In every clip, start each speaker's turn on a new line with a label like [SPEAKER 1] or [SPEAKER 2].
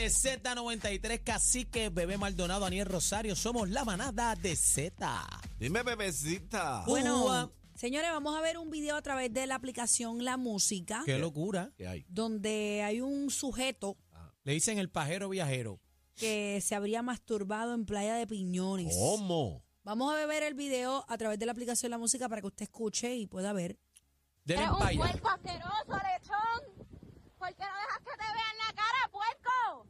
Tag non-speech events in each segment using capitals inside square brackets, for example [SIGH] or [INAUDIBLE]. [SPEAKER 1] Z93, Cacique, Bebé Maldonado, Aniel Rosario. Somos la manada de Z.
[SPEAKER 2] Dime, bebecita.
[SPEAKER 1] Bueno,
[SPEAKER 3] Bueno, señores, vamos a ver un video a través de la aplicación La Música,
[SPEAKER 1] qué locura. Ah,
[SPEAKER 2] ¿Qué hay?
[SPEAKER 3] donde hay un sujeto
[SPEAKER 1] Le dicen el pajero viajero.
[SPEAKER 3] que se habría masturbado en Playa de Piñones.
[SPEAKER 2] ¿Cómo?
[SPEAKER 3] Vamos a ver el video a través de la aplicación La Música para que usted escuche y pueda ver.
[SPEAKER 1] Denle
[SPEAKER 4] Eres un
[SPEAKER 1] paya.
[SPEAKER 4] puerco asqueroso, lechón. ¿Por qué no dejas que te vean la cara, puerco?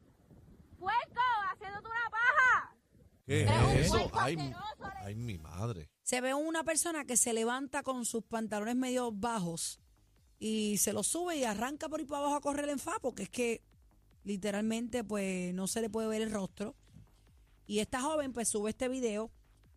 [SPEAKER 4] Puerco, haciéndote una paja.
[SPEAKER 2] ¿Qué
[SPEAKER 4] Era
[SPEAKER 2] es
[SPEAKER 4] un
[SPEAKER 2] eso?
[SPEAKER 4] puerco
[SPEAKER 2] Ay, mi-
[SPEAKER 4] asqueroso,
[SPEAKER 2] ay, mi madre.
[SPEAKER 3] Se ve una persona que se levanta con sus pantalones medio bajos y se los sube y arranca por ahí para abajo a correr en fa, porque es que literalmente pues no se le puede ver el rostro. Y esta joven pues sube este video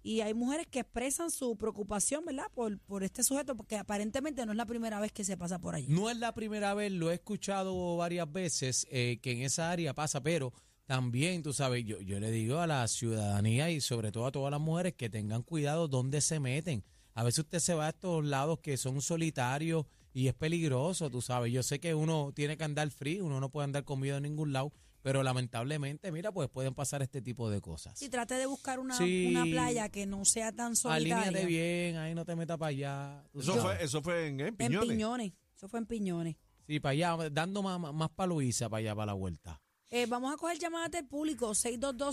[SPEAKER 3] y hay mujeres que expresan su preocupación, ¿verdad? Por, por este sujeto, porque aparentemente no es la primera vez que se pasa por allí.
[SPEAKER 1] No es la primera vez, lo he escuchado varias veces eh, que en esa área pasa, pero también, tú sabes, yo, yo le digo a la ciudadanía y sobre todo a todas las mujeres que tengan cuidado dónde se meten. A veces usted se va a estos lados que son solitarios y es peligroso, tú sabes. Yo sé que uno tiene que andar free, uno no puede andar con miedo en ningún lado, pero lamentablemente, mira, pues pueden pasar este tipo de cosas.
[SPEAKER 3] Si trate de buscar una,
[SPEAKER 1] Sí.
[SPEAKER 3] una playa que no sea tan solitaria.
[SPEAKER 1] Alíñate bien, ahí no te metas para allá. tú
[SPEAKER 2] Eso
[SPEAKER 1] sabes.
[SPEAKER 2] fue, eso fue en, en
[SPEAKER 3] En
[SPEAKER 2] Piñones.
[SPEAKER 3] Piñones. Eso fue en Piñones.
[SPEAKER 1] Sí, para allá, dando más, más para Luisa, para allá, para la vuelta.
[SPEAKER 3] Eh, vamos a coger llamadas del público,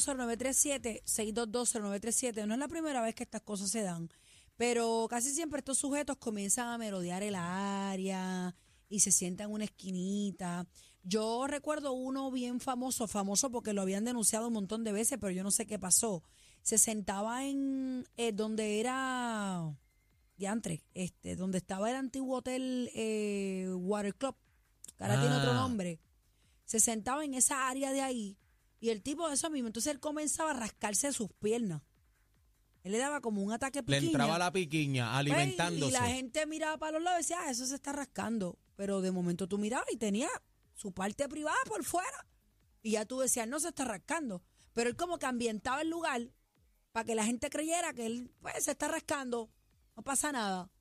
[SPEAKER 3] 622-0937, 622-0937. No es la primera vez que estas cosas se dan, pero casi siempre estos sujetos comienzan a merodear el área y se sientan en una esquinita. Yo recuerdo uno bien famoso, famoso porque lo habían denunciado un montón de veces, pero yo no sé qué pasó. Se sentaba en eh, donde era, diantre, este, donde estaba el antiguo hotel eh, Water Club, que ahora tiene otro
[SPEAKER 1] Ah.
[SPEAKER 3] nombre se sentaba en esa área de ahí y el tipo de eso mismo, entonces él comenzaba a rascarse sus piernas. Él le daba como un ataque
[SPEAKER 1] Le
[SPEAKER 3] piquiña.
[SPEAKER 1] entraba la piquiña
[SPEAKER 3] Pues, y-
[SPEAKER 1] alimentándose.
[SPEAKER 3] Y la gente miraba para los lados y decía, ah, eso se está rascando. Pero de momento tú mirabas y tenía su parte privada por fuera. Y ya tú decías, no se está rascando. Pero él como que ambientaba el lugar para que la gente creyera que él pues, se está rascando. No pasa nada.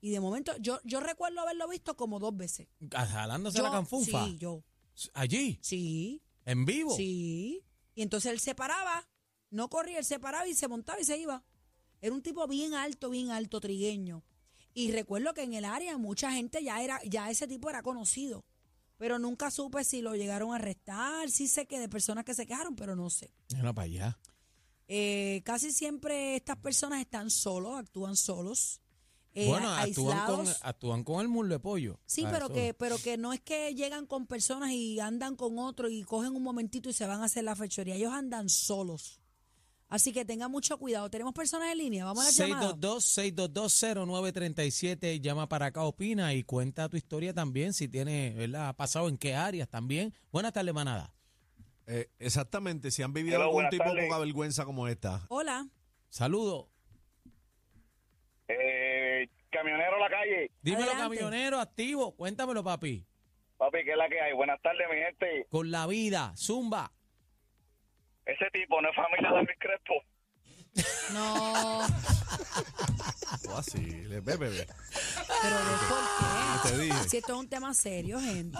[SPEAKER 3] Y de momento, yo, yo recuerdo haberlo visto como dos veces.
[SPEAKER 1] Ah, Jalándose
[SPEAKER 3] Yo-
[SPEAKER 1] la canfunfa.
[SPEAKER 3] Sí, yo.
[SPEAKER 1] Allí,
[SPEAKER 3] Sí.
[SPEAKER 1] en vivo.
[SPEAKER 3] Sí. Y entonces él se paraba, no corría, él se paraba y se montaba y se iba. Era un tipo bien alto, bien alto, trigueño. Y recuerdo que en el área mucha gente ya era, ya ese tipo era conocido. Pero nunca supe si lo llegaron a arrestar, sí sé que de personas que se quejaron, pero no sé.
[SPEAKER 1] Mira para allá.
[SPEAKER 3] Eh, casi siempre estas personas están solos, actúan solos, eh,
[SPEAKER 1] bueno, actúan con,
[SPEAKER 3] aislados.
[SPEAKER 1] actúan con el muslo de pollo.
[SPEAKER 3] Sí,
[SPEAKER 1] Ah,
[SPEAKER 3] pero
[SPEAKER 1] eso.
[SPEAKER 3] que, pero que no es que llegan con personas y andan con otro y cogen un momentito y se van a hacer la fechoría. Ellos andan solos. Así que tengan mucho cuidado. Tenemos personas en línea. Vamos a la llamada.
[SPEAKER 1] 622-622-0937. Llama para acá, opina y cuenta tu historia también. Si tiene, ¿verdad? Ha pasado en qué áreas también. Buenas tardes, manada.
[SPEAKER 2] Eh, exactamente, si han vivido
[SPEAKER 5] Hello,
[SPEAKER 2] algún
[SPEAKER 5] buenas
[SPEAKER 2] tipo
[SPEAKER 5] tardes.
[SPEAKER 2] con vergüenza como esta. [LAUGHS]
[SPEAKER 3] Hola.
[SPEAKER 1] Saludos.
[SPEAKER 5] Eh, camionero a la calle.
[SPEAKER 1] Dímelo,
[SPEAKER 3] Adelante.
[SPEAKER 1] camionero, activo. Cuéntamelo, papi.
[SPEAKER 5] Papi, ¿qué es la que hay? Buenas tardes, mi gente.
[SPEAKER 1] Con la vida, zumba.
[SPEAKER 5] Ese tipo no es familia de Luis Crespo.
[SPEAKER 3] No,
[SPEAKER 2] O así, le ve, bebé.
[SPEAKER 3] pero ¿de por qué?
[SPEAKER 2] Te dije.
[SPEAKER 3] Ah, Si esto es un tema serio, gente.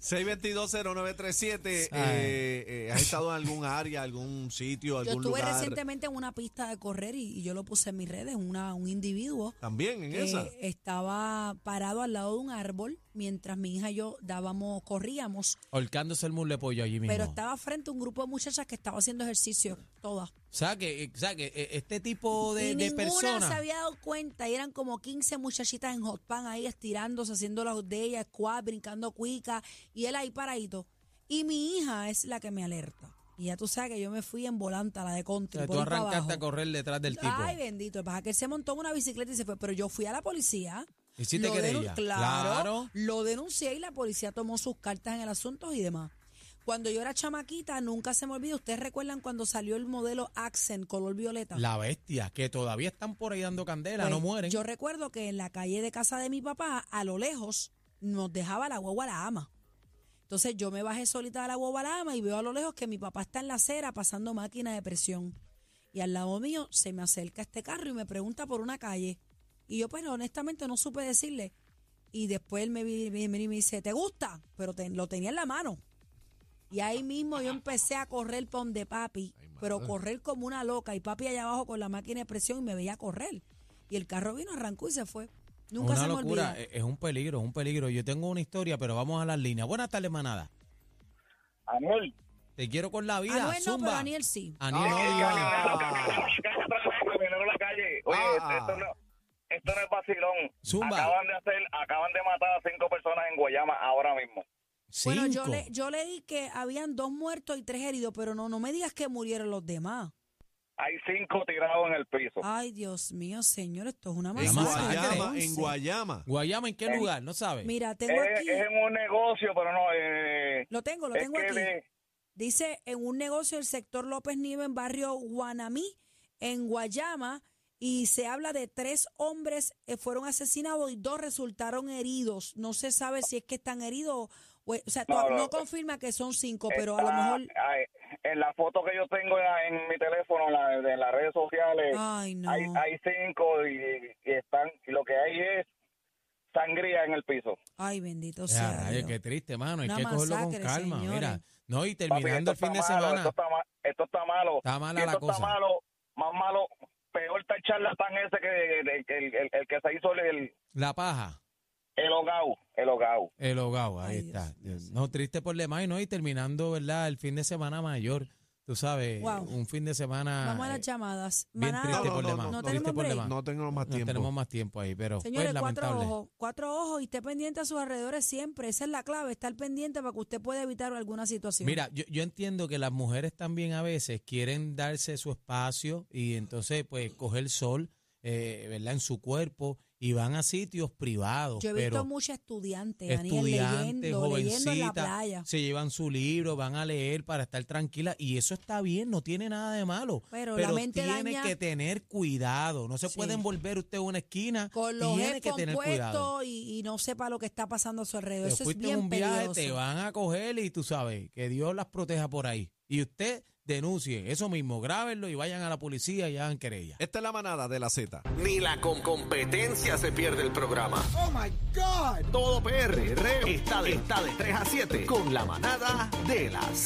[SPEAKER 2] 6220937.
[SPEAKER 1] Ay.
[SPEAKER 2] Eh, eh, ¿Has estado en algún área, algún sitio,
[SPEAKER 3] Yo
[SPEAKER 2] algún
[SPEAKER 3] estuve
[SPEAKER 2] lugar?
[SPEAKER 3] recientemente en una pista de correr y, y yo lo puse en mis redes, una, un individuo
[SPEAKER 2] También en
[SPEAKER 3] que
[SPEAKER 2] esa.
[SPEAKER 3] estaba parado al lado de un árbol mientras mi hija y yo dábamos, corríamos,
[SPEAKER 1] Holcándose el muslo de pollo allí mismo.
[SPEAKER 3] pero estaba frente a un grupo de muchachas que estaba haciendo ejercicio, todas.
[SPEAKER 1] O sea, que, o sea, que, eh, este tipo de,
[SPEAKER 3] y
[SPEAKER 1] de
[SPEAKER 3] ninguna
[SPEAKER 1] personas.
[SPEAKER 3] se había dado cuenta. Y eran como 15 muchachitas en hot pan ahí estirándose, haciendo las de ellas, squat, brincando cuica. Y él ahí paradito. Y mi hija es la que me alerta. Y ya tú sabes que yo me fui en volanta, la de
[SPEAKER 1] O
[SPEAKER 3] contra.
[SPEAKER 1] sea, tú arrancaste a correr detrás del tipo.
[SPEAKER 3] Ay, bendito. Pasa que él se montó en una bicicleta y se fue. Pero yo fui a la policía.
[SPEAKER 1] Hiciste
[SPEAKER 3] lo denun-
[SPEAKER 1] querella.
[SPEAKER 3] Claro,
[SPEAKER 1] Claro.
[SPEAKER 3] Lo denuncié y la policía tomó sus cartas en el asunto y demás. Cuando yo era chamaquita, nunca se me olvida. ¿Ustedes recuerdan cuando salió el modelo Accent color violeta?
[SPEAKER 1] La bestia, que todavía están por ahí dando candela,
[SPEAKER 3] Pues,
[SPEAKER 1] no mueren.
[SPEAKER 3] Yo recuerdo que en la calle de casa de mi papá, a lo lejos, nos dejaba la guagua la ama. Entonces yo me bajé solita de la guagua la ama y veo a lo lejos que mi papá está en la acera pasando máquina de presión. Y al lado mío se me acerca este carro y me pregunta por una calle. Y yo, pues honestamente no supe decirle. Y después él me vi- me- me- me dice, ¿te gusta? Pero te- lo tenía en la mano. Y ahí mismo yo empecé a correr pon de papi, pero correr como una loca. Y papi allá abajo con la máquina de presión y me veía correr. Y el carro vino, arrancó y se fue. Nunca
[SPEAKER 1] una
[SPEAKER 3] se me
[SPEAKER 1] locura, Eh, e,
[SPEAKER 3] olvida.
[SPEAKER 1] es- es un peligro, es un peligro. Yo tengo una historia, pero vamos a las líneas. Buenas tardes, manada.
[SPEAKER 5] Anuel.
[SPEAKER 1] Te quiero con la vida,
[SPEAKER 3] Anuel Ah, no,
[SPEAKER 1] zumba.
[SPEAKER 3] pero Aniel sí.
[SPEAKER 1] Aniel,
[SPEAKER 2] Ah.
[SPEAKER 5] Caminero en la calle. Oye, este,
[SPEAKER 2] Ah.
[SPEAKER 5] esto, no, esto no es vacilón.
[SPEAKER 1] Zumba.
[SPEAKER 5] Acaban de hacer, acaban de matar a cinco personas en Guayama ahora mismo.
[SPEAKER 3] Bueno, yo,
[SPEAKER 1] cinco.
[SPEAKER 3] le- yo leí que habían dos muertos y tres heridos, pero no, no me digas que murieron los demás.
[SPEAKER 5] Hay cinco tirados en el piso.
[SPEAKER 3] Ay, Dios mío, señor, esto es una
[SPEAKER 2] En
[SPEAKER 1] Llama a
[SPEAKER 3] masacre.
[SPEAKER 2] Guayama,
[SPEAKER 3] Entonces,
[SPEAKER 2] en Guayama.
[SPEAKER 1] Guayama, ¿en qué lugar? No sabes.
[SPEAKER 3] Mira,
[SPEAKER 5] Es,
[SPEAKER 3] tengo aquí,
[SPEAKER 5] Eh, es en un negocio, pero no. Eh,
[SPEAKER 3] lo tengo, lo
[SPEAKER 5] es
[SPEAKER 3] tengo
[SPEAKER 5] que
[SPEAKER 3] aquí.
[SPEAKER 5] de-
[SPEAKER 3] Dice, en un negocio del sector López Nieve en barrio Guanamí, en Guayama, y se habla de tres hombres que fueron asesinados y dos resultaron heridos. No se sabe si es que están heridos, o, o sea,
[SPEAKER 5] No,
[SPEAKER 3] to- no,
[SPEAKER 5] no.
[SPEAKER 3] confirma que son cinco, Oh, pero a lo
[SPEAKER 5] está-
[SPEAKER 3] mejor...
[SPEAKER 5] ay, en la foto que yo tengo en, en mi teléfono, en, la- de las redes sociales,
[SPEAKER 3] Ay, no.
[SPEAKER 5] hay, hay cinco y, y están. y lo que hay es sangría en el piso.
[SPEAKER 3] Ay, bendito
[SPEAKER 1] Ya,
[SPEAKER 3] sea.
[SPEAKER 1] rayo,
[SPEAKER 3] Dios.
[SPEAKER 1] qué triste, mano. Hay
[SPEAKER 3] Una
[SPEAKER 1] que cogerlo con
[SPEAKER 3] masacre,
[SPEAKER 1] calma. Mira,
[SPEAKER 3] señores.
[SPEAKER 1] no, y
[SPEAKER 5] Papi,
[SPEAKER 1] terminando el
[SPEAKER 5] esto
[SPEAKER 1] fin de
[SPEAKER 5] está malo,
[SPEAKER 1] semana.
[SPEAKER 5] Esto está, ma- esto está malo.
[SPEAKER 1] Está mala
[SPEAKER 5] esto
[SPEAKER 1] la cosa.
[SPEAKER 5] Está malo, más malo. Peor está el charlatán ese que el, el- el- el que se hizo el,
[SPEAKER 1] La paja,
[SPEAKER 5] el hogao. El hogao.
[SPEAKER 1] el hogado, ahí
[SPEAKER 3] Ay,
[SPEAKER 1] está.
[SPEAKER 3] Dios mío,
[SPEAKER 1] no, triste por demás y no, y terminando, ¿verdad? El fin de semana mayor. Tú sabes,
[SPEAKER 3] Wow.
[SPEAKER 1] un fin de semana.
[SPEAKER 3] Vamos a
[SPEAKER 1] eh,
[SPEAKER 3] las llamadas.
[SPEAKER 1] bien
[SPEAKER 3] Manada,
[SPEAKER 1] triste
[SPEAKER 2] no,
[SPEAKER 1] por
[SPEAKER 2] no,
[SPEAKER 1] demás.
[SPEAKER 2] no, no
[SPEAKER 1] triste
[SPEAKER 3] tenemos
[SPEAKER 1] por
[SPEAKER 3] break.
[SPEAKER 1] demás.
[SPEAKER 2] No tenemos más
[SPEAKER 1] No
[SPEAKER 2] tiempo.
[SPEAKER 1] tenemos más tiempo ahí, pero
[SPEAKER 3] Señores,
[SPEAKER 1] pues,
[SPEAKER 3] cuatro
[SPEAKER 1] lamentable.
[SPEAKER 3] ojos, cuatro ojos y esté pendiente a sus alrededores siempre. Esa es la clave, estar pendiente para que usted pueda evitar alguna situación.
[SPEAKER 1] Mira, yo, yo entiendo que las mujeres también a veces quieren darse su espacio y entonces pues coger sol, eh, ¿verdad? En su cuerpo y van a sitios privados.
[SPEAKER 3] yo he visto
[SPEAKER 1] pero
[SPEAKER 3] muchas estudiantes, Daniel,
[SPEAKER 1] estudiantes,
[SPEAKER 3] leyendo, leyendo en la playa.
[SPEAKER 1] jovencitas, se llevan su libro, van a leer para estar tranquilas y eso está bien, no tiene nada de malo.
[SPEAKER 3] Pero la mente
[SPEAKER 1] tiene
[SPEAKER 3] daña-
[SPEAKER 1] que tener cuidado, no se
[SPEAKER 3] Sí.
[SPEAKER 1] puede envolver usted en una esquina,
[SPEAKER 3] Con los
[SPEAKER 1] tiene que
[SPEAKER 3] headphones
[SPEAKER 1] tener cuidado.
[SPEAKER 3] puestos y, y no sepa lo que está pasando a su alrededor.
[SPEAKER 1] Te
[SPEAKER 3] Eso es
[SPEAKER 1] fuiste en
[SPEAKER 3] bien
[SPEAKER 1] un viaje,
[SPEAKER 3] peligroso.
[SPEAKER 1] te van a coger y tú sabes, que Dios las proteja por ahí. Y usted denuncie eso mismo, grábenlo y vayan a la policía y hagan querella.
[SPEAKER 2] Esta es la manada de la Z.
[SPEAKER 6] Ni la con competencia se pierde el programa. Oh my God. Todo PR está de, está de 3 a 7 con la manada de las